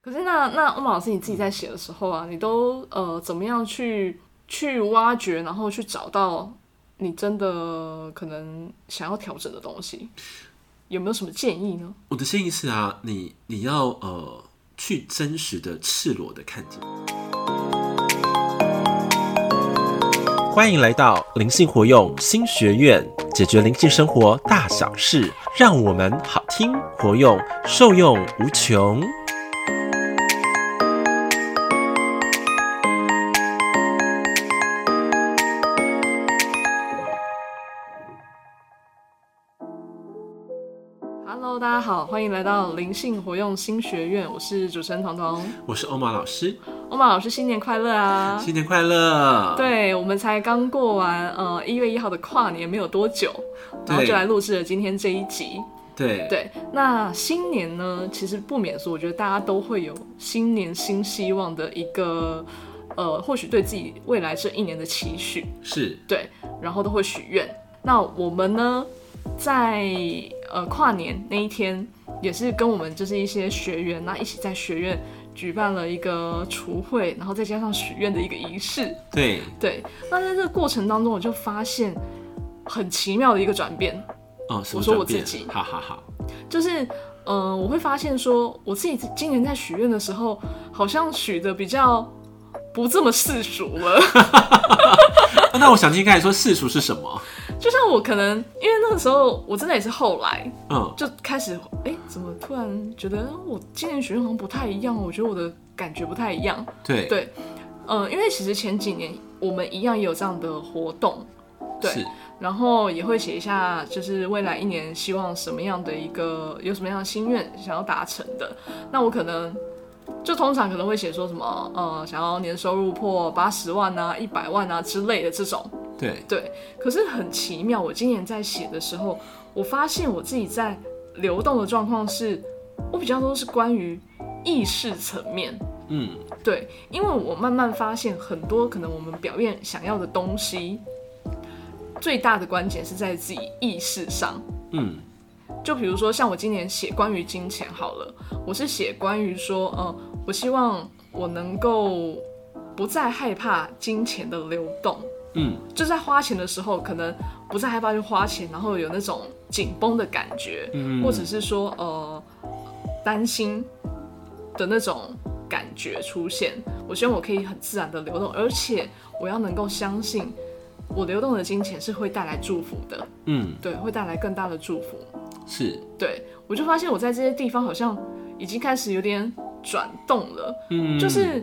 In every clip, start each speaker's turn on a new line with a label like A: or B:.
A: 可是那那欧马老师你自己在写的时候啊，你都呃怎么样去去挖掘，然后去找到你真的可能想要调整的东西？有没有什么建议呢？
B: 我的建议是啊，你你要呃去真实的、赤裸的看见。
C: 欢迎来到灵性活用新学院，解决灵性生活大小事，让我们好听活用，受用无穷。
A: Hello，大家好，欢迎来到灵性活用新学院，我是主持人彤彤。
B: 我是欧玛老师，
A: 欧马老师新年快乐啊！
B: 新年快乐！
A: 对，我们才刚过完呃一月一号的跨年没有多久，然后
B: 对
A: 就来录制了今天这一集。
B: 对
A: 对，那新年呢，其实不免俗，我觉得大家都会有新年新希望的一个，呃，或许对自己未来这一年的期许，
B: 是
A: 对，然后都会许愿。那我们呢，在呃跨年那一天，也是跟我们就是一些学员那一起在学院举办了一个除会，然后再加上许愿的一个仪式。
B: 对
A: 对，那在这个过程当中，我就发现很奇妙的一个转变。
B: 哦，什
A: 我
B: 么
A: 说我
B: 转变
A: 自己
B: 好好好，
A: 就是，嗯、我会发现说，我自己今年在许愿的时候，好像许的比较不这么世俗了。
B: 啊那我想听看你说世俗是什么？
A: 就像我可能，因为那个时候我真的也是后来
B: 嗯，
A: 就开始，哎、怎么突然觉得我今年许愿好像不太一样？我觉得我的感觉不太一样。
B: 对
A: 对嗯、因为其实前几年我们一样也有这样的活动，对
B: 是
A: 然后也会写一下，就是未来一年希望什么样的一个有什么样的心愿想要达成的。那我可能就通常可能会写说什么呃，想要年收入破八十万啊、一百万啊之类的这种。
B: 对
A: 对，可是很奇妙，我今年在写的时候，我发现我自己在流动的状况是，我比较多是关于意识层面。
B: 嗯
A: 对，因为我慢慢发现很多可能我们表演想要的东西，最大的关键是在自己意识上。
B: 嗯
A: 就比如说，像我今年写关于金钱好了，我是写关于说，嗯、我希望我能够不再害怕金钱的流动，
B: 嗯
A: 就在花钱的时候，可能不再害怕去花钱，然后有那种紧绷的感觉，
B: 嗯，
A: 或者是说呃担心的那种感觉出现。我希望我可以很自然的流动，而且我要能够相信我流动的金钱是会带来祝福的，
B: 嗯
A: 对，会带来更大的祝福。
B: 是
A: 对我就发现我在这些地方好像已经开始有点转动了，
B: 嗯
A: 就是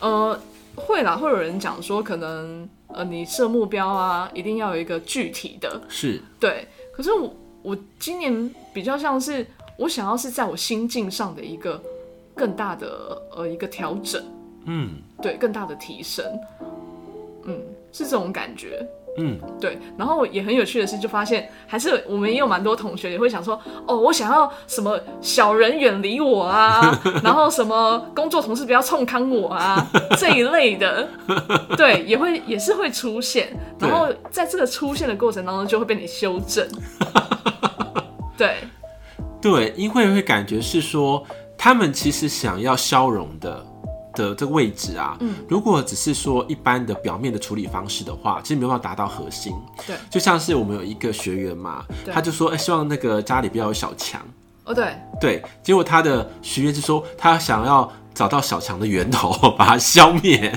A: 呃会啦，会有人讲说可能呃你设目标啊，一定要有一个具体的，
B: 是
A: 对，可是我我今年比较像是我想要是在我心境上的一个更大的呃一个调整，
B: 嗯
A: 对，更大的提升，嗯，是这种感觉。
B: 嗯
A: 对，然后也很有趣的是，就发现还是我们也有蛮多同学也会想说，哦，我想要什么小人远离我啊，然后什么工作同事不要冲康我啊这一类的，对，也会也是会出现，然后在这个出现的过程当中就会被你修正，对
B: 对，因为会感觉是说，他们其实想要消融的的这个位置啊，
A: 嗯
B: 如果只是说一般的表面的处理方式的话，其实没有办法达到核心。
A: 对，
B: 就像是我们有一个学员嘛，
A: 对
B: 他就说，哎、希望那个家里不要有小强。
A: 哦对，
B: 对，结果他的许愿是说，他想要找到小强的源头， 把它消灭。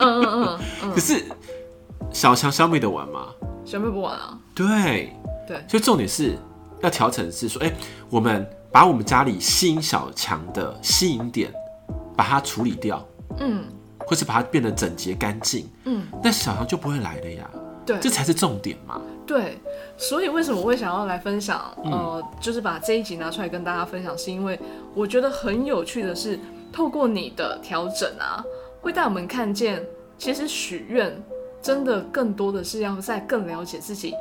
A: 嗯嗯嗯嗯，
B: 可是小强消灭得完吗？
A: 小妹不玩啊，
B: 对，
A: 对
B: 所以重点是要调整是说，哎、我们把我们家里吸引小强的吸引点，把它处理掉，
A: 嗯
B: 或是把它变得整洁干净，
A: 嗯，
B: 那小强就不会来了呀。
A: 对，
B: 这才是重点嘛。
A: 对，所以为什么我会想要来分享？呃，就是把这一集拿出来跟大家分享，是因为我觉得很有趣的是，透过你的调整啊，会带我们看见，其实许愿真的更多的是要在更了解自己，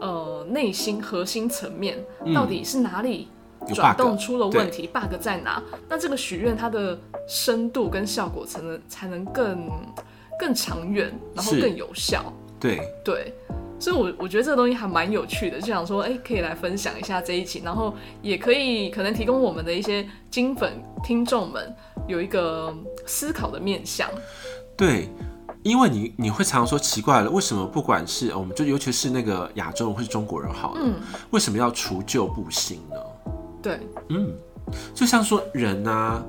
A: 呃，内心核心层面到底是哪里。
B: 有
A: 转
B: bug，
A: 动出了问题，bug 在哪？那这个许愿它的深度跟效果才能才能更更长远，然后
B: 是
A: 更有效。
B: 对，
A: 对，所以我我觉得这个东西还蛮有趣的，就想说，哎、可以来分享一下这一集，然后也可以可能提供我们的一些金粉听众们有一个思考的面向。
B: 对，因为你你会常常说奇怪了，为什么不管是呃我们就尤其是那个亚洲人或是中国人好了，
A: 嗯，
B: 为什么要除旧布新呢？
A: 对，
B: 嗯，就像说人啊，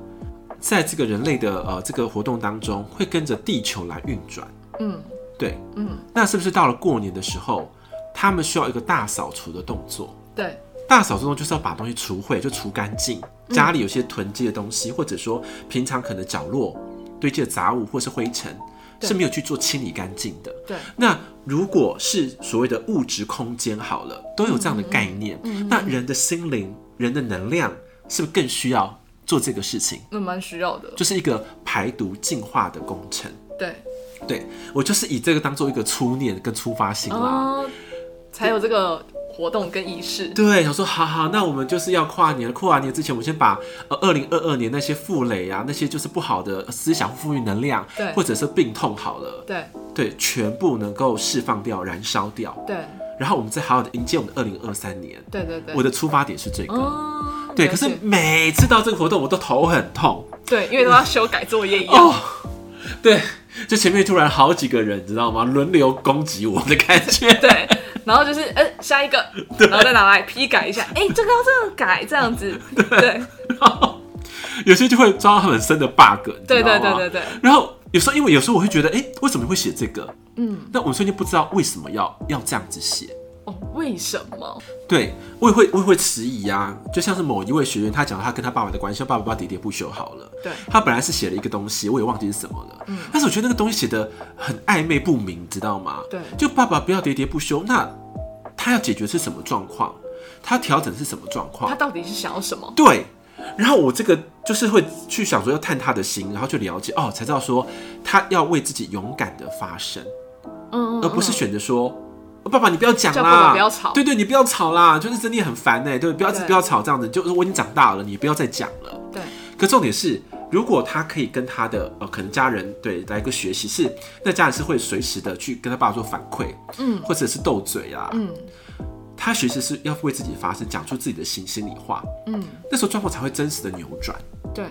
B: 在这个人类的呃这个活动当中，会跟着地球来运转。
A: 嗯
B: 对，
A: 嗯，
B: 那是不是到了过年的时候，他们需要一个大扫除的动作？
A: 对，
B: 大扫除中就是要把东西除秽，就除干净。
A: 嗯
B: 家里有些囤积的东西，或者说平常可能角落堆积的杂物或是灰尘，
A: 对
B: 是没有去做清理干净的。
A: 对，
B: 那如果是所谓的物质空间好了，都有这样的概念，
A: 嗯
B: 那人的心灵、人的能量是不是更需要做这个事情？
A: 那蛮需要的。
B: 就是一个排毒净化的工程。
A: 对，
B: 对我就是以这个当做一个初念跟出发心啦。
A: 哦，才有这个活动跟仪式。
B: 对，想说好好，那我们就是要跨年了。跨完年之前，我们先把呃二零二二年那些负累啊，那些就是不好的思想、负面能量
A: 对，
B: 或者是病痛好了，
A: 对
B: 对，全部能够释放掉、燃烧掉，
A: 对
B: 然后我们再好好的迎接我们的二零二三年。
A: 对对对，
B: 我的出发点是这个，
A: 哦，
B: 对。
A: 了
B: 可是
A: 解
B: 每次到这个活动，我都头很痛
A: 对，因为都要修改作业一样。
B: 哦。 对，就前面突然好几个人，你知道吗？轮流攻击我的感觉。
A: 对，然后就是哎、下一个，然后再拿来批改一下，哎、这个要这样改，这样子，对
B: 有些就会抓到他很深的 bug，你知
A: 对
B: 道
A: 对
B: 吗
A: 对对对，
B: 然后有时候，因为有时候我会觉得，哎、为什么会写这个？
A: 嗯，
B: 那我瞬间不知道为什么要要这样子写。
A: 哦，为什么？
B: 对，我也会我也会迟疑啊。就像是某一位学员，他讲他跟他爸爸的关系，他爸爸爸喋喋不休好了。
A: 对
B: 他本来是写了一个东西，我也忘记是什么了。嗯，但是我觉得那个东西写的很暧昧不明，知道吗？
A: 对
B: 就爸爸不要喋喋不休，那他要解决是什么状况？他要调整是什么状况
A: 他？到底是想要什么？
B: 对，然后我这个就是会去想说要探他的心，然后去了解哦，才知道说他要为自己勇敢的发声，
A: 嗯，嗯
B: 而不是选择说。哦爸爸，你不要讲
A: 叫
B: 啦！
A: 爸爸不要吵
B: 对对，你不要吵啦！就是真的很烦哎，对，不要
A: 对
B: 不要吵这样子。就是我已经长大了，你不要再讲了。
A: 嗯对
B: 可重点是，如果他可以跟他的呃，可能家人对来个学习，是那家人是会随时的去跟他爸爸做反馈，
A: 嗯
B: 或者是斗嘴啊。
A: 嗯
B: 他学习是要为自己发声，讲出自己的心心里话，
A: 嗯，
B: 那时候状况才会真实的扭转。
A: 对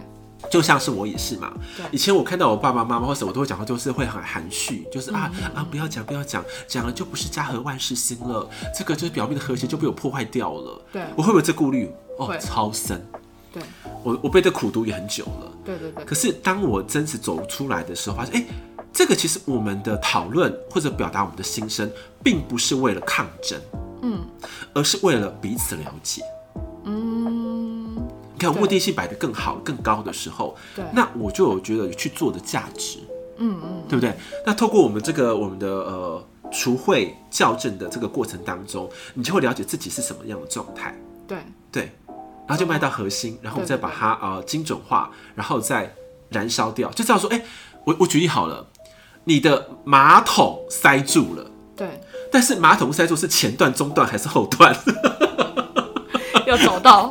B: 就像是我也是嘛
A: 对，
B: 以前我看到我爸爸妈妈或者我都会讲话，就是会很含蓄，就是啊
A: 嗯
B: 啊不要讲不要讲，讲了就不是家和万事兴了，这个就是表面的和谐就被我破坏掉了。
A: 对
B: 我会不会有这顾虑？哦
A: 会，
B: 超深，
A: 对
B: 我我被这苦读也很久了。
A: 对对对
B: 可是当我真实走出来的时候，发现哎、诶这个其实我们的讨论或者表达我们的心声，并不是为了抗争，
A: 嗯，
B: 而是为了彼此了解。
A: 嗯，
B: 你看
A: 对
B: 目的性摆得更好、更高的时候，
A: 对，
B: 那我就有觉得有去做的价值。
A: 嗯嗯
B: 对不对？那透过我们这个我们的呃除秽校正的这个过程当中，你就会了解自己是什么样的状态，
A: 对
B: 对，然后就卖到核心，然后我们
A: 对
B: 再
A: 对
B: 把它呃精准化，然后再燃烧掉，就知道说，哎，我我举例好了，你的马桶塞住了，
A: 对，
B: 但是马桶塞住是前段、中段还是后段？
A: 要找到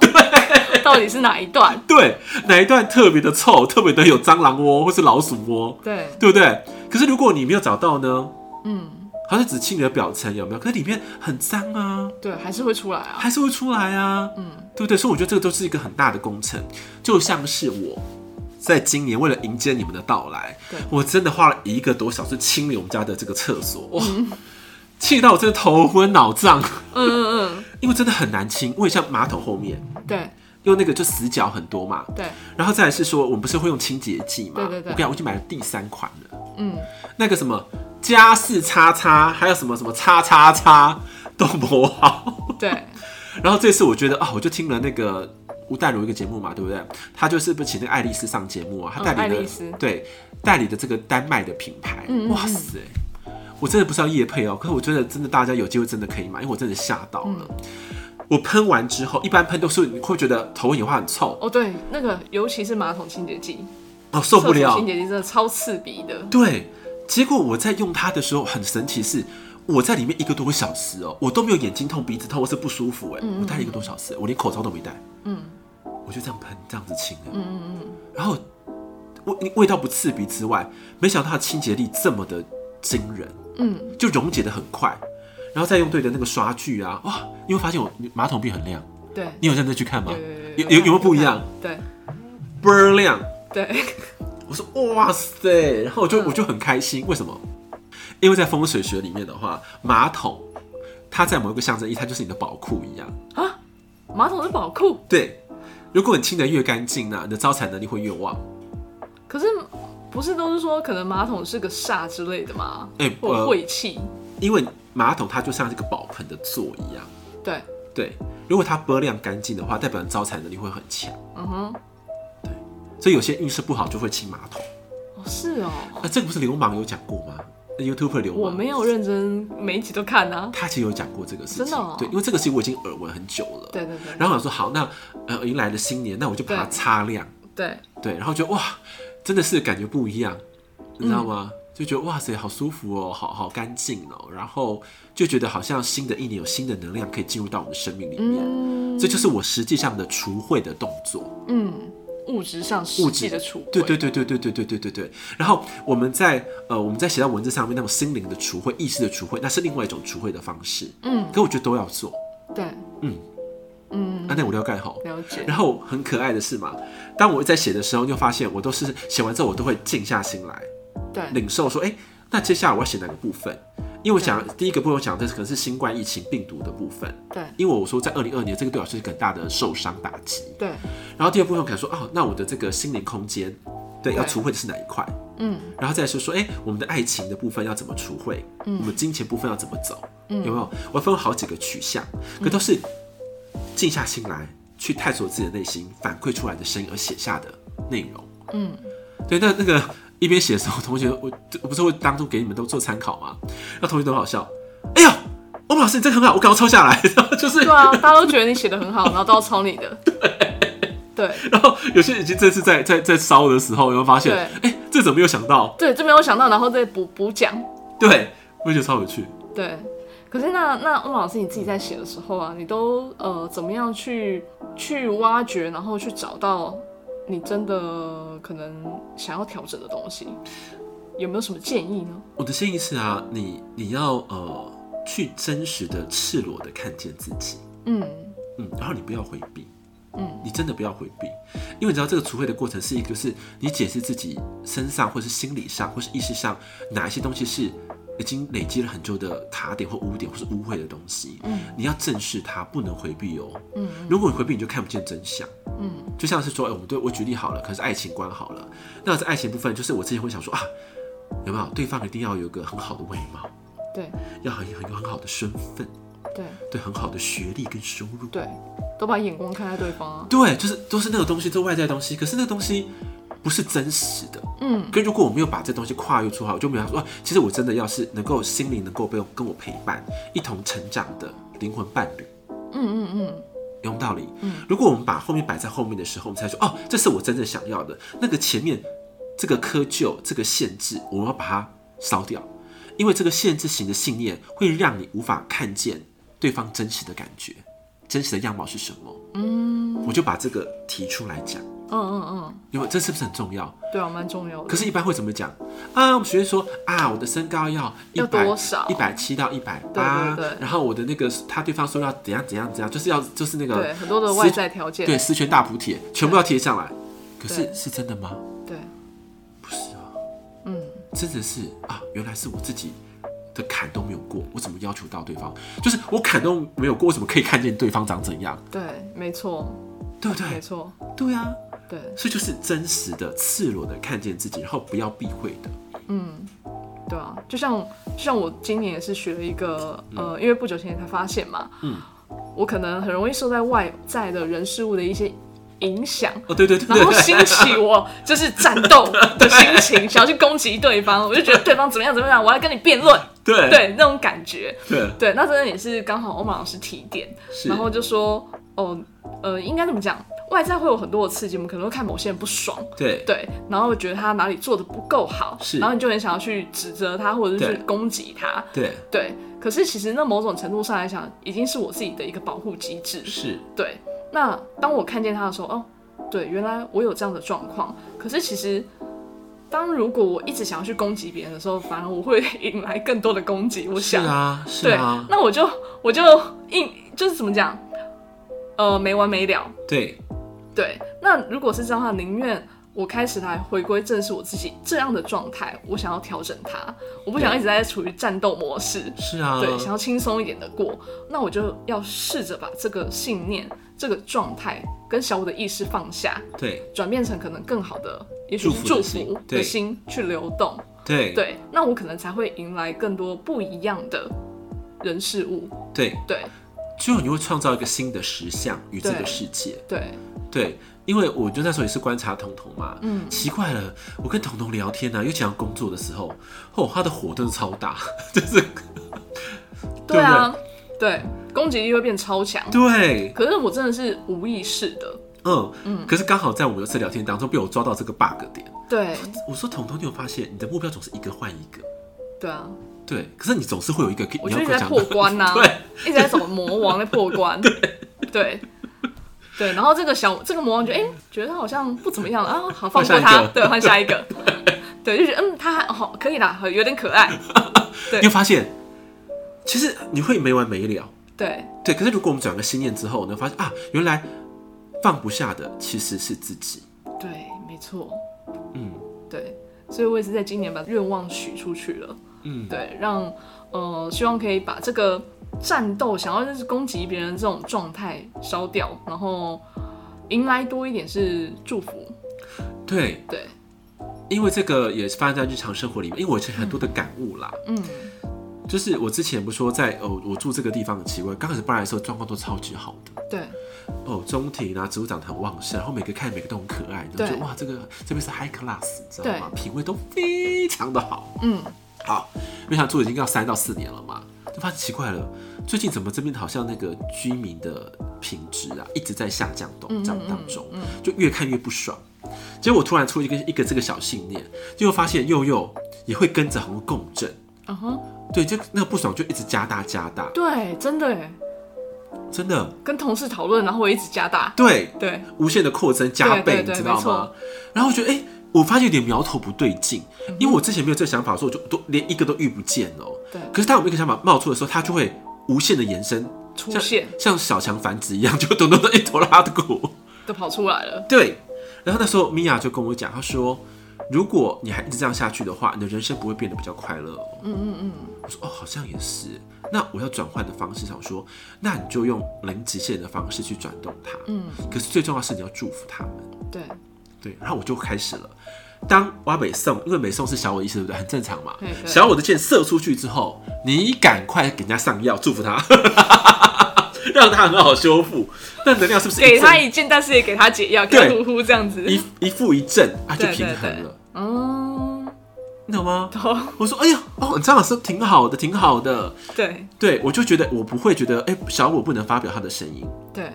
A: 到底是哪一段？
B: 对，哪一段特别的臭，特别的有蟑螂窝或是老鼠窝，
A: 对，
B: 对不对？可是如果你没有找到呢？
A: 嗯，
B: 好像只清你的表层有没有？可是里面很脏啊，
A: 对，还是会出来啊。
B: 还是会出来啊，
A: 嗯，
B: 对不对？所以我觉得这个都是一个很大的工程，就像是我在今年为了迎接你们的到来
A: 对，
B: 我真的花了一个多小时清理我们家的这个厕所，哇，气到我真的头昏脑胀，
A: 嗯嗯
B: 因为真的很难清，因为像马桶后面。
A: 嗯，对
B: 因为那个就死角很多嘛，
A: 对，
B: 然后再来是说，我们不是会用清洁剂嘛？
A: 对对对
B: 我跟你讲，我已经买了第三款了，
A: 嗯，
B: 那个什么家事叉叉，还有什么什么叉叉叉都不好。
A: 对
B: 然后这次我觉得啊、我就听了那个吴淡如一个节目嘛，对不对？她就是不请那个爱丽丝上节目啊，她
A: 嗯
B: 代理
A: 爱
B: 了、
A: 丽丝
B: 对代理的这个丹麦的品牌，
A: 嗯嗯
B: 哇塞！我真的不是要夜配哦，可是我觉得真的大家有机会真的可以买，因为我真的吓到了。
A: 嗯
B: 我喷完之后，一般喷都是你会觉得头昏眼花很臭
A: 哦对，那个尤其是马桶清洁剂，
B: 哦，受不
A: 厕所
B: 了
A: 清。洁剂真的超刺鼻的。
B: 对，结果我在用它的时候很神奇是，我在里面一个多小时哦，我都没有眼睛痛、鼻子痛或是不舒服哎，我戴了一个多小时，我连口罩都没戴，
A: 嗯
B: 我就这样喷，这样子清哎。
A: 嗯嗯嗯，
B: 然后味味道不刺鼻之外，没想到它的清洁力这么的惊人，
A: 嗯，
B: 就溶解的很快。然然后再用对的那个刷具啊，哇，你会发现我马桶壁很亮，
A: 对，
B: 你有认真去看吗？有
A: 有
B: 有有没有不一样？？
A: 对
B: 倍儿亮！
A: 对，
B: 我说哇塞，然后我就
A: 嗯
B: 我就很开心，为什么？因为在风水学里面的话，马桶它在某一个象征意义，它就是你的宝库一样。
A: 马桶是宝库，
B: 对，如果你清的越干净啊呢，你的招财能力会越旺。
A: 可是不是都是说可能马桶是个煞之类的吗？
B: 哎
A: 或者
B: 呃
A: 晦气，
B: 因为马桶它就像这个宝盆的座一样，
A: 对，
B: 对，如果它波量干净的话，代表你招财能力会很强，
A: 嗯哼，
B: 所以有些运势不好就会清马桶。
A: 哦是哦，
B: 啊，这个不是流氓有讲过吗那？YouTuber 流氓，
A: 我没有，认真每一集都看啊。
B: 他其实有讲过这个事情，
A: 真的哦
B: 对，因为这个事情我已经耳闻很久了，
A: 对对对，
B: 然后我想说好，那呃迎来了新年，那我就把它
A: 对
B: 擦亮，
A: 对
B: 对，然后觉得哇，真的是感觉不一样，你知道吗？就觉得哇塞，好舒服哦，好好干净哦，然后就觉得好像新的一年有新的能量可以进入到我们的生命里面，
A: 嗯
B: 这就是我实际上的除秽的动作。
A: 嗯，物质上实际的储
B: 对对对对对对对对对对。然后我们在呃我们在写到文字上面那种心灵的除秽、意识的除秽，那是另外一种除秽的方式。
A: 嗯
B: 可我觉得都要做。
A: 对，
B: 嗯
A: 嗯
B: 啊，那我了解好。
A: 了解，
B: 然后很可爱的是嘛，当我在写的时候，就发现我都是写完之后，我都会静下心来
A: 对
B: 领受说，哎，那接下来我要写哪个部分？因为我讲第一个部分，我讲的可能是新冠疫情病毒的部分，
A: 对
B: 因为我说在二零二年这个对我是一个很大的受伤打击。
A: 对，
B: 然后第二部分我可能说，哦，那我的这个心灵空间，对，要
A: 对
B: 除秽的是哪一块？
A: 嗯
B: 然后再说说，哎、我们的爱情的部分要怎么除秽？我们金钱部分要怎么走？有没有？我分好几个取向，可都是静下心来去探索自己的内心，反馈出来的声音而写下的内容。
A: 嗯，
B: 对，那那个一边写的时候，同学我我不是会当初给你们都做参考吗？那同学都很好笑，哎呀，欧姆老师你真的很好，我刚刚抄下来， 然后就是
A: 对啊，大家都觉得你写的很好，然后都要抄你 的，对
B: 然后有些已经这次在在在烧的时候，有没有发现？哎、这怎么没有想到？
A: 对，这没有想到，然后再补补讲，
B: 对，我觉得超有趣。
A: 对。可是那那翁老师你自己在写的时候啊，你都呃怎么样去去挖掘，然后去找到你真的可能想要调整的东西，有没有什么建议呢？
B: 我的建议是啊，你你要呃去真实的、赤裸的看见自己，
A: 嗯
B: 嗯，然后你不要回避，
A: 嗯，
B: 你真的不要回避，因为你知道这个除秽的过程是一个，就是你解释自己身上或是心理上或是意识上哪一些东西是已经累积了很久的卡点或污点或是污秽的东西，
A: 嗯，
B: 你要正视它，不能回避哦，
A: 嗯，
B: 如果你回避，你就看不见真相。
A: 嗯，
B: 就像是说，哎、我们对我举例好了，可是爱情观好了，那在爱情部分，就是我之前会想说啊，有没有对方一定要有一个很好的外貌，
A: 对
B: 要很很有很好的身份，
A: 对
B: 对，很好的学历跟收入，
A: 对，都把眼光看在对方啊。
B: 对，就是都是那个东西，都外在的东西，可是那个东西不是真实的。
A: 嗯
B: 可如果我没有把这东西跨越出来，我就没有说，啊其实我真的要是能够心灵能够被我跟我陪伴，一同成长的灵魂伴侣，
A: 嗯嗯嗯，
B: 有没有道理？
A: 嗯
B: 如果我们把后面摆在后面的时候，我们才说，哦，这是我真正想要的。那个前面这个窠臼、这个限制，我们要把它烧掉，因为这个限制型的信念会让你无法看见对方真实的感觉、真实的样貌是什么。嗯，我就把这个提出来讲，
A: 嗯嗯嗯，
B: 因为这是不是很重要？
A: 对啊，蛮重要的。
B: 可是，一般会怎么讲啊？我们学生说啊，我的身高要一
A: 要
B: 百
A: 多少
B: 一百七到一百八
A: 对对对，
B: 然后我的那个他对方说要怎样怎样怎样，就是要就是那个
A: 对很多的
B: 私
A: 外在条件，
B: 对十全大补帖全部要贴上来。可是
A: 对
B: 是真的吗？
A: 对，
B: 不是啊，
A: 嗯
B: 真的是啊，原来是我自己的坎都没有过，我怎么要求到对方？就是我坎都没有过，我怎么可以看见对方长怎样？
A: 对，没错
B: 对不
A: 没
B: 对？
A: 错，
B: 对啊，
A: 对，
B: 所以就是真实的、赤裸的看见自己，然后不要避讳的。
A: 嗯。对啊，就像就像我今年也是学了一个，呃，因为不久前才发现嘛，
B: 嗯，
A: 我可能很容易受在外在的人事物的一些影 响，
B: 哦，对对对
A: 然
B: 对
A: 后
B: 对。
A: 兴起我就是战斗 的心情，想要去攻击对方，我就觉得对方怎么样怎么样，我要跟你辩论，
B: 对
A: 对那种感觉，
B: 对
A: 对，那真的也是刚好欧玛老师提点，
B: 是
A: 然后就说，哦，呃，应该怎么讲？外在会有很多的刺激，我们可能会看某些人不爽，
B: 对
A: 对，然后觉得他哪里做的不够好，
B: 是
A: 然后你就很想要去指责他，或者是
B: 对
A: 去攻击他，
B: 对
A: 对。可是其实那某种程度上来讲，已经是我自己的一个保护机制，
B: 是
A: 对。那当我看见他的时候，哦，对，原来我有这样的状况。可是其实当如果我一直想要去攻击别人的时候，反而我会 引来更多的攻击。我
B: 是
A: 想，
B: 啊，是
A: 对
B: 啊，，
A: 那我就我就硬就是怎么讲，呃，没完没了。
B: 对，
A: 对，那如果是这样的话，宁愿我开始来回归正视我自己这样的状态，我想要调整它，我不想一直在处于战斗模式，
B: 是啊，
A: 对，想要轻松一点的过，那我就要试着把这个信念、这个状态跟小我的意识放下，
B: 对
A: 转变成可能更好的，也许是
B: 祝福
A: 祝
B: 的心
A: 福
B: 对
A: 的心去流动，
B: 对
A: 对，那我可能才会迎来更多不一样的人事物，
B: 对，
A: 对
B: 最后你会创造一个新的实相与这个
A: 对
B: 世界。
A: 对，
B: 对，因为我就那时候也是观察彤彤嘛，
A: 嗯
B: 奇怪了，我跟彤彤聊天呢、啊，又讲到工作的时候，哦，他的火真的超大，就是对
A: 对啊，对，攻击力会变超强。
B: 对，
A: 可是我真的是无意识的，
B: 嗯可是刚好在我们有次聊天当中被我抓到这个 bug 点，
A: 对
B: 我说彤彤，你有发现你的目标总是一个换一个，
A: 对
B: 对
A: 啊，
B: 对，可是你总是会有一个
A: 我
B: 你
A: 就
B: 要
A: 一直在
B: 跟讲
A: 破关呐、
B: 对
A: 一直在走魔王在破 关，对对，然后这个小这个魔王就哎、觉得他好像不怎么样了啊，好放过
B: 换下一
A: 他
B: 个，
A: 对，换下一 个，对，就觉得嗯他还好可以啦，有点可爱，对
B: 你会发现，其实你会没完没了。
A: 对
B: 对，可是如果我们转个心念之后，你会发现啊，原来放不下的其实是自己。
A: 对，没错，
B: 嗯
A: 对，所以我也是在今年把愿望许出去了。
B: 嗯，
A: 对，让呃，希望可以把这个战斗想要就是攻击别人这种状态烧掉，然后迎来多一点是祝福。
B: 对，
A: 对，
B: 因为这个也是发生在日常生活里面，因为我有很多的感悟啦。
A: 嗯，
B: 就是我之前不是说在哦，我住这个地方很奇怪，刚开始搬来的时候状况都超级好的
A: 对，哦
B: 哦，中庭啊植物长得很旺盛，然后每个看每个都很可爱，你就觉得
A: 对
B: 哇，这个这边是 high class，你知道
A: 对
B: 吗？品味都非常的好。
A: 嗯，
B: 好，没想到住已经要三到四年了嘛，就发现奇怪了，最近怎么这边好像那个居民的品质啊一直在下降
A: 嗯
B: 当当当中，就越看越不爽。结果我突然出一个一个这个小信念，结果发现佑佑也会跟着好像共振，
A: 嗯哼，
B: 对，就那个不爽就一直加大加大，
A: 对，真的耶，
B: 真的
A: 跟同事讨论，然后我一直加大。
B: 对，
A: 对，
B: 无限的扩增加
A: 对
B: 倍，
A: 对
B: 你
A: 对
B: 知道
A: 没
B: 吗
A: 错？嗯
B: 然后我觉得，哎、我发现有点苗头不对劲，因为我之前没有这个想法的时候，我就都连一个都遇不见哦、
A: 对
B: 可是当我们一个想法冒出的时候，它就会无限的延伸，
A: 出
B: 像
A: 现
B: 像小强繁殖一样，就咚咚咚一头拉 骨。
A: 都跑出来了。
B: 对。然后那时候米娅就跟我讲，她说，如果你还一直这样下去的话，你的人生不会变得比较快乐、哦。
A: 嗯嗯嗯，
B: 我说哦，好像也是。那我要转换的方式，想说，那你就用零极限的方式去转动它。嗯。可是最重要的是你要祝福他们。
A: 对，
B: 对，然后我就开始了。当挖北宋，因为北宋是小我的意思，对不对？很正常嘛
A: 对。对
B: 小我的箭射出去之后，你赶快给人家上药，祝福他， 让他很好修复。那能量是不是一
A: 给
B: 正
A: 他一件，但是也给他解药，给
B: 对
A: 他呼呼这样子。
B: 一一负一正啊，就
A: 对
B: 平
A: 对
B: 衡
A: 对
B: 了，，
A: 嗯，
B: 你懂吗？
A: 懂，
B: 我说，哎呀，哦，张老师挺好的，挺好的。
A: 对
B: 对，我就觉得我不会觉得，哎、小我不能发表他的声音，
A: 对，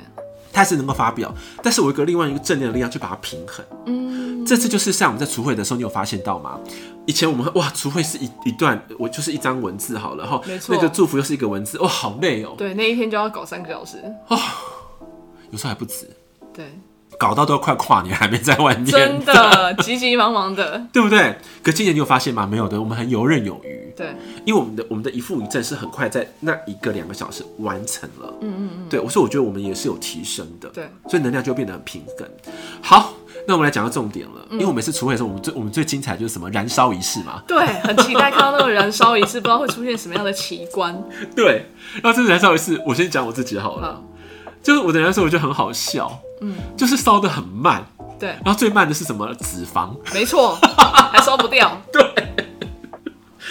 B: 他是能够发表，但是我有一个另外一个正念的力量去把它平衡。
A: 嗯，
B: 这次就是像我们在除会的时候，你有发现到吗？以前我们哇，除会是一一段，我就是一张文字好了，然后
A: 没错
B: 那个祝福又是一个文字，哇，好累哦、
A: 对，那一天就要搞三个小时，
B: 有时候还不止，
A: 对，
B: 搞到都要快跨年还没在外面，
A: 真的急急忙忙的，
B: 对不对？可今年你有发现吗？没有的，我们很游刃有余，
A: 对，
B: 因为我们的我们的一负一正是很快在那一个两个小时完成了，嗯嗯嗯，对，我说我觉得我们也是有提升的，
A: 对，
B: 所以能量就变得很平衡。好，那我们来讲到重点
A: 嗯
B: 了，因为我们每次除会的时候，我们最我们最精彩就是什么燃烧仪式嘛，
A: 对，很期待看到那个燃烧仪式，不知道会出现什么样的奇观。
B: 对，然后这次燃烧一次，我先讲我自己好了。
A: 好，
B: 就是我的燃烧，我觉得很好笑，嗯，就是烧的很慢，
A: 对，
B: 然后最慢的是什么？脂肪，
A: 没 错，还烧不掉。对，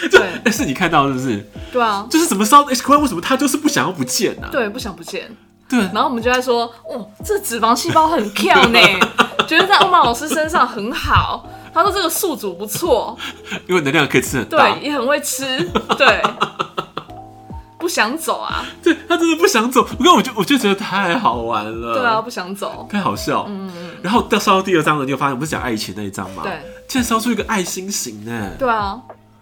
A: 对，
B: 但是你看到是不是？
A: 对啊，
B: 就是怎么烧的？怪为什么它就是不想要不见呢、
A: 对，不想不见。
B: 对
A: 然后我们就在说，哦，这脂肪细胞很跳 呢，觉得在欧曼老师身上很好。他说这个宿主不错，
B: 因为能量可以吃很大
A: 对，，也很会吃，对，不想走啊，
B: 对，他真的不想走。我跟我就我就觉得太好玩了，
A: 对啊，，不想走，
B: 太好笑。嗯，然后到烧到第二章了，你有发现我不是讲爱情那一章吗？
A: 对，
B: 竟然烧出一个爱心型呢。
A: 对啊，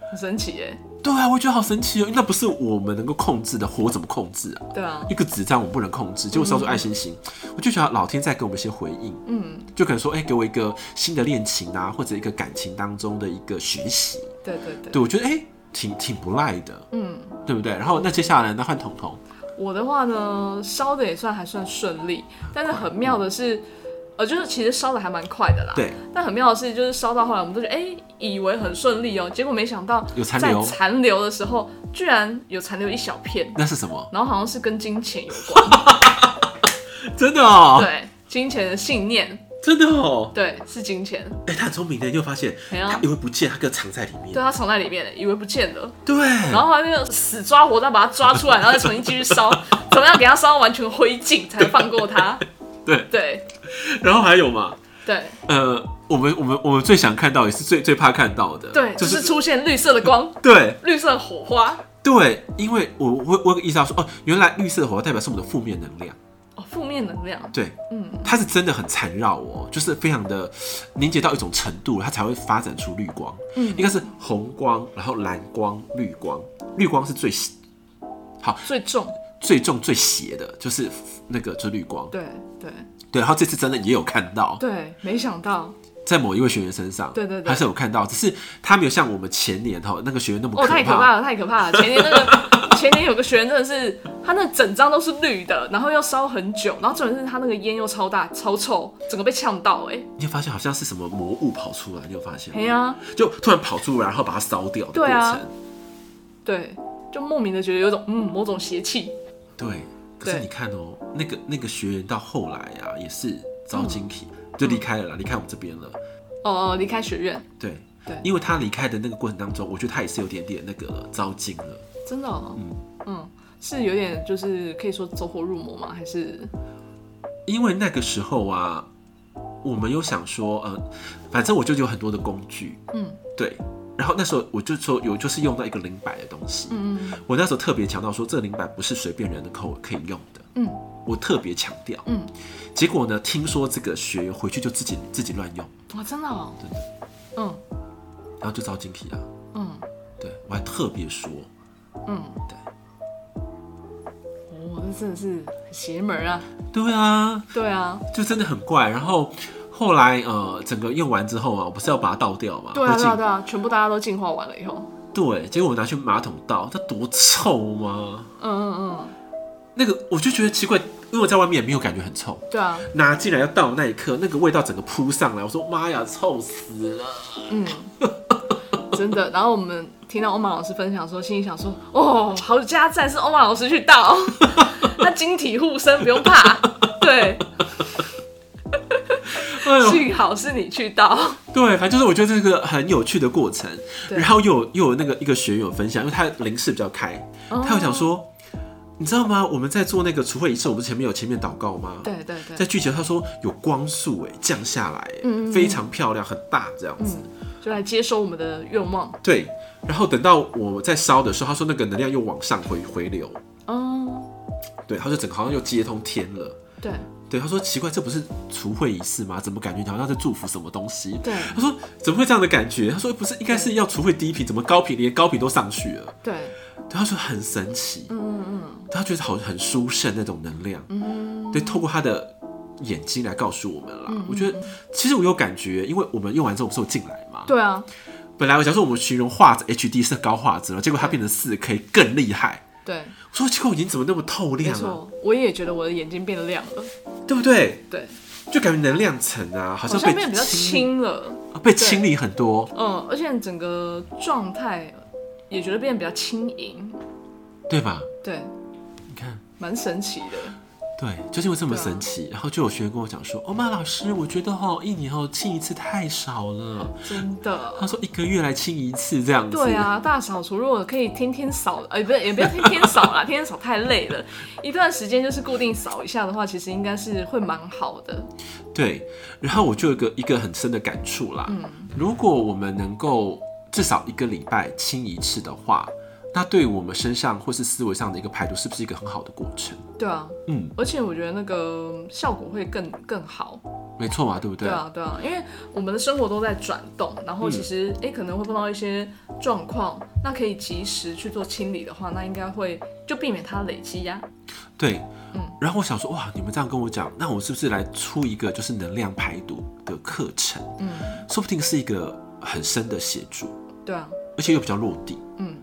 A: 很神奇耶，
B: 对啊，我觉得好神奇哦，那不是我们能够控制的，火怎么控制啊？
A: 对啊，
B: 一个子弹我们不能控制，结果烧出爱心型，我就觉得老天在给我们一些回应，
A: 嗯，
B: 就可能说，哎、给我一个新的恋情啊，或者一个感情当中的一个学习，
A: 对对对，
B: 对我觉得哎、挺挺不赖的，
A: 嗯，
B: 对不对？然后那接下来呢，换彤彤，
A: 我的话呢，烧的也算还算顺利，但是很妙的是，呃，就是其实烧的还蛮快的啦。。
B: 对，
A: 但很妙的是，就是烧到后来，我们都觉得哎、以为很顺利哦、结果没想到
B: 有残
A: 在
B: 留
A: 残留的时候，居然有残留一小片，
B: 那是什么？
A: 然后好像是跟金钱有关，
B: 真的哦，
A: 对，金钱的信念，
B: 真的哦，
A: 对，是金钱，
B: 哎、他很聪明的，你有发现，
A: 怎样
B: 他以为不见，他给我藏在里面，
A: 对，它藏在里面了，以为不见了，
B: 对，
A: 然后他那个死抓活抓把它抓出来，然后再重新继续 烧，怎么样给它烧到完全灰烬才放过它？
B: 对，
A: 对
B: 然后还有嘛，
A: 对
B: 呃，我们我们我们最想看到，也是最最怕看到的，
A: 对，
B: 就、
A: 就是是出现绿色的 光，
B: 对
A: 绿色的火花，
B: 对，因为我我我有意识到说，哦，原来绿色的火花代表是我们的负面能量，
A: 哦，负面能量，
B: 对，
A: 嗯，
B: 它是真的很缠绕哦，就是非常的凝结到一种程度，它才会发展出绿光，嗯，应该是红光，然后蓝光、绿光，绿光是最
A: 最重，
B: 最重最邪的，就是那个就是绿光，
A: 对对
B: 对，然后这次真的也有看到，
A: 对，没想到。
B: 在某一位学员身上，
A: 对对对
B: 还是有看到，只是他没有像我们前年哈那个学员那么
A: 哦，太可
B: 怕，
A: 怕了，太可怕了！前年那 个前年有个学员真的是，他那整张都是绿的，然后又烧很久，然后重点是他那个烟又超大、超臭，整个被呛到哎、
B: 你有发现好像是什么魔物跑出来，你有发现吗？
A: 哎呀，
B: 就突然跑出来，然后把它烧掉的过
A: 对啊
B: 程，
A: 对，就莫名的觉得有一种嗯某种邪气，
B: 对。可是
A: 对
B: 你看哦、那个那个学员到后来啊，也是遭惊体，
A: 嗯
B: 就离开了啦，离开我们这边了。
A: 哦、哦，离开学院，
B: 对，
A: 对
B: 因为他离开的那个过程当中，我觉得他也是有点点那个遭惊了。
A: 真的、哦，嗯是有点就是可以说走火入魔吗？还是
B: 因为那个时候啊，我们有想说，呃，反正我就有很多的工具，
A: 嗯
B: 对。然后那时候我就说有，就是用到一个零摆的东西。
A: 嗯
B: 我那时候特别强调说，这个零摆不是随便人的口可以用的，
A: 嗯嗯
B: 我特别强调。
A: 嗯，
B: 结果呢，听说这个学员回去就自己自己乱用，
A: 哇，真的、哦，
B: 真的，
A: 嗯
B: 然后就遭晶体啊。
A: 嗯
B: 对我还特别说，
A: 嗯，
B: 对。
A: 哦，这真的是很邪门啊！
B: 对啊，
A: 对啊，
B: 就真的很怪。然后后来呃，整个用完之后啊，我不是要把它倒掉嘛？
A: 对啊，
B: 会进
A: 对啊，对啊，全部大家都进化完了以后，
B: 对，结果我拿去马桶倒，它多臭吗？
A: 嗯嗯
B: 那个我就觉得奇怪，因为我在外面也没有感觉很臭，
A: 嗯，对啊，
B: 拿进来要倒的那一刻，那个味道整个扑上来，我说妈呀，臭死了！
A: 嗯，真的。然后我们听到欧玛老师分享说，心里想说，哦，好加赞是欧玛老师去 倒，他晶体护身不用怕，对，
B: 哎呦，
A: 幸好是你去倒，
B: 对，反正就是我觉得这是个很有趣的过程。
A: 对
B: 然后又有又有那个一个学员有分享，因为他零食比较开，
A: 哦
B: 他有想说，你知道吗？我们在做那个除秽仪式，我们前面有前面祷告吗？
A: 对对对
B: 在，剧情他说有光束哎降下来，哎
A: 嗯嗯嗯
B: 非常漂亮，很大这样子。
A: 就来接收我们的愿望，
B: 对，然后等到我在烧的时候，他说那个能量又往上回回流，
A: 嗯，
B: 对，他说整个好像又接通天了。
A: 对
B: 对，他说奇怪，这不是除秽仪式吗？怎么感觉你好像在祝福什么东西？
A: 对
B: 他说怎么会这样的感觉？他说不是应该是要除秽低频，怎么高频连高频都上去了？
A: 对，
B: 对，他说很神奇，
A: 嗯嗯
B: 他觉得好很殊胜那种能量。
A: 嗯，
B: 对，透过他的眼睛来告诉我们啦。我觉得其实我有感觉，因为我们用完之后不是有进来嘛，
A: 对啊，
B: 本来我想说我们形容画质 HD 是高画质了，结果它变成四 K 更厉害。
A: 对，
B: 我说奇怪，我眼睛怎么那么透
A: 没
B: 亮啊？
A: 错，我也觉得我的眼睛变亮了，
B: 对不对？
A: 对，
B: 就感觉能量层啊，
A: 好
B: 好像
A: 像
B: 被
A: 变得比较
B: 清
A: 轻了。
B: 理，被清理很多。
A: 嗯，而且整个状态也觉得变得比较轻盈，
B: 对吧？
A: 对，
B: 你看，
A: 蛮神奇的。
B: 对，就是因为这么
A: 对啊
B: 神奇，然后就有学员跟我讲说：“欧、哦、妈老师，我觉得哦，一年哦清一次太少了。
A: 真”
B: 他
A: 的。
B: 说一个月来清一次这样子。
A: 对，啊，大扫除如果可以天天扫，呃，不是，也不要天天扫啦，天天扫太累了。一段时间就是固定扫一下的话，其实应该是会蛮好的。
B: 对。然后我就有一个一个很深的感触啦。
A: 嗯
B: 如果我们能够至少一个礼拜清一次的话，那对我们身上或是思维上的一个排毒，是不是一个很好的过程？
A: 对啊，
B: 嗯
A: 而且我觉得那个效果会更更好。
B: 没错嘛，对不对？
A: 对啊，对嗯啊，因为我们的生活都在转动，然后其实诶可能会碰到一些状况，那可以及时去做清理的话，那应该会就避免它累积呀、
B: 对，
A: 嗯
B: 然后我想说，哇，你们这样跟我讲，那我是不是来出一个就是能量排毒的课程？
A: 嗯，
B: 说不定是一个很深的协助，
A: 对啊，
B: 而且又比较落地，
A: 嗯，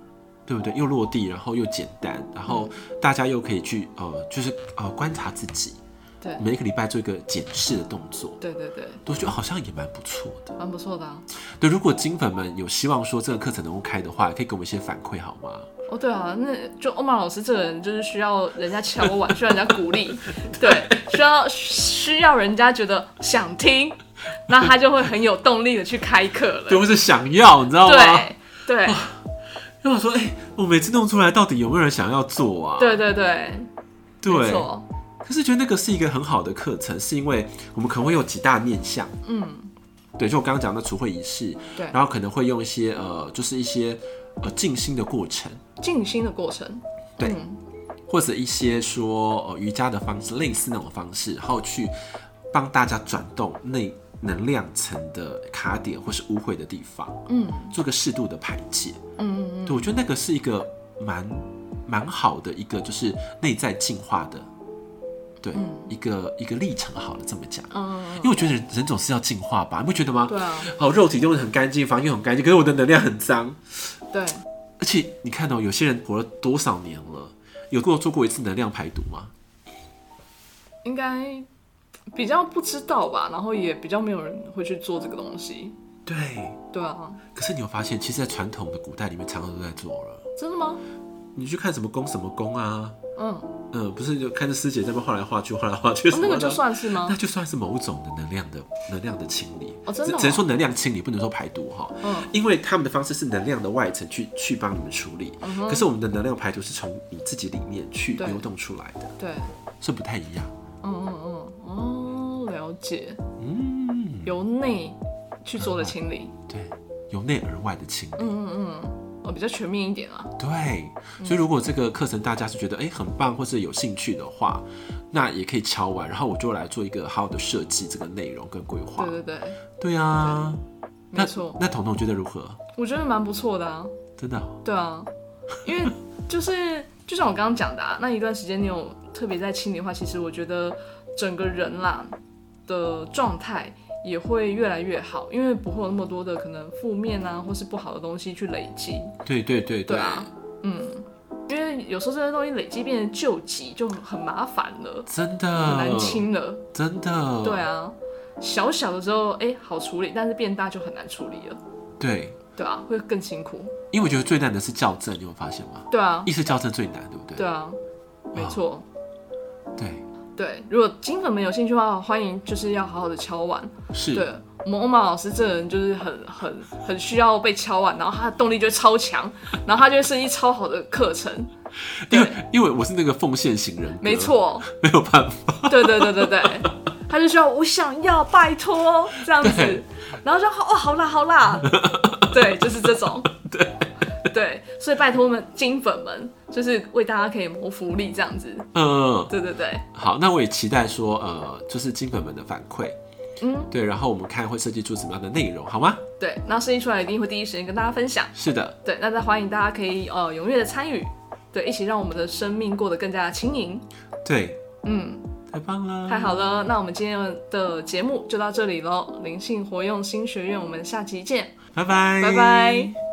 B: 对不对？又落地，然后又简单，然后大家又可以去呃，就是呃观察自己，
A: 对，
B: 每一个礼拜做一个检视的动作，
A: 对对对，
B: 我觉得好像也蛮不错的。
A: 蛮不错的啊。
B: 对，如果金粉们有希望说这个课程能够开的话，可以给我们一些反馈好吗？
A: 哦，对啊，那就欧曼老师这个人就是需要人家敲 碗，需要人家鼓励，对，需要需要人家觉得想听，那他就会很有动力的去开课了。
B: 对，我是想要，你知道吗？
A: 对啊对
B: 因为我说，哎、我每次弄出来到底有没有人想要做啊？
A: 对对对，没
B: 对，
A: 错，
B: 可是觉得那个是一个很好的课程，是因为我们可能会有几大面向，
A: 嗯，
B: 对，就我刚刚讲的除秽仪式，
A: 对，
B: 然后可能会用一些呃，就是一些呃静心的过程，
A: 静心的过程，
B: 对
A: 嗯
B: 或者一些说呃瑜伽的方式，类似那种方式，然后去帮大家转动内能量层的卡点或是污秽的地方，
A: 嗯
B: 做个适度的排解。
A: 嗯嗯
B: 对，我觉得那个是一个蛮蛮好的一个，就是内在进化的，对，一个一个历程。好了，这么讲，
A: 嗯，
B: 因为我觉得人人总是要进化吧，你不觉得吗？
A: 对啊，
B: 好，肉体用的很干净，房又很干净，可是我的能量很脏。
A: 对，
B: 而且你看到、有些人活了多少年了，有过做过一次能量排毒吗？
A: 应该比较不知道吧，然后也比较没有人会去做这个东西，
B: 对。
A: 对啊，
B: 可是你有发现，其实，在传统的古代里面，常常都在做了。
A: 真的吗？
B: 你去看什么宫什么宫啊，
A: 嗯，哦
B: 嗯，不是就看着师姐在那边画来画去，画来画去什么的、
A: 那个就算是吗
B: 那？就算是某种的能量的能量的清理，
A: 哦真的哦
B: 只只能说能量清理，不能说排毒哈。
A: 嗯
B: 因为他们的方式是能量的外层去去帮你们处理，可是我们的能量排毒是从你自己里面去
A: 嗯对
B: 流动出来的，
A: 对，
B: 是不太一样。
A: 嗯嗯嗯，哦，了解，
B: 嗯，
A: 由内去做的清理，
B: 对，由内而外的清理。
A: 哦，比较全面一点啊，
B: 对，所以如果这个课程大家是觉得哎、诶很棒或是有兴趣的话，那也可以敲完，然后我就来做一个好好的设计这个内容跟规划。
A: 对对对，
B: 对啊，
A: 没错
B: 那，那彤彤觉得如何？
A: 我觉得蛮不错的啊，
B: 真的哦
A: 对啊，因为就是 就像我刚刚讲的、啊，那一段时间你有特别在清理的话，其实我觉得整个人啦的状态也会越来越好，因为不会有那么多的可能负面啊或是不好的东西去累积。
B: 对对对
A: 对啊，嗯，因为有时候这些东西累积变成旧疾就很麻烦了，
B: 真的
A: 很难清了。
B: 真的，
A: 对啊，小小的时候哎、好处理，但是变大就很难处理了。
B: 对，
A: 对啊，会更辛苦。
B: 因为我觉得最难的是校正，你有没有发现吗？
A: 对啊，
B: 意识校正最难，对不对？
A: 对啊，没错。
B: 对
A: 对，如果金粉们有兴趣的话，欢迎就是要好好的敲碗。
B: 是，
A: 对我们欧玛老师这个人就是很很很需要被敲碗，然后他的动力就会超强，然后他就会设计超好的课程。
B: 因
A: 对
B: 为因为我是那个奉献型人格，
A: 没，错，
B: 没有办法，
A: 对对对对对，他就需要我想要拜托这样子，然后就哦好啦好啦，对，就是这种，对对，所以拜托我们金粉们，就是为大家可以谋福利这样子。
B: 嗯，
A: 对对对，
B: 好，那我也期待说，呃，就是金粉们的反馈，
A: 嗯，
B: 对，然后我们看会设计出什么样的内容，好吗？
A: 对，那设计出来一定会第一时间跟大家分享。
B: 是的，
A: 对，那再欢迎大家可以呃踊跃的参与，对，一起让我们的生命过得更加轻盈。
B: 对，
A: 嗯，
B: 太棒了，
A: 太好了，那我们今天的节目就到这里喽，灵性活用新学院，我们下期见，
B: 拜拜，
A: 拜拜。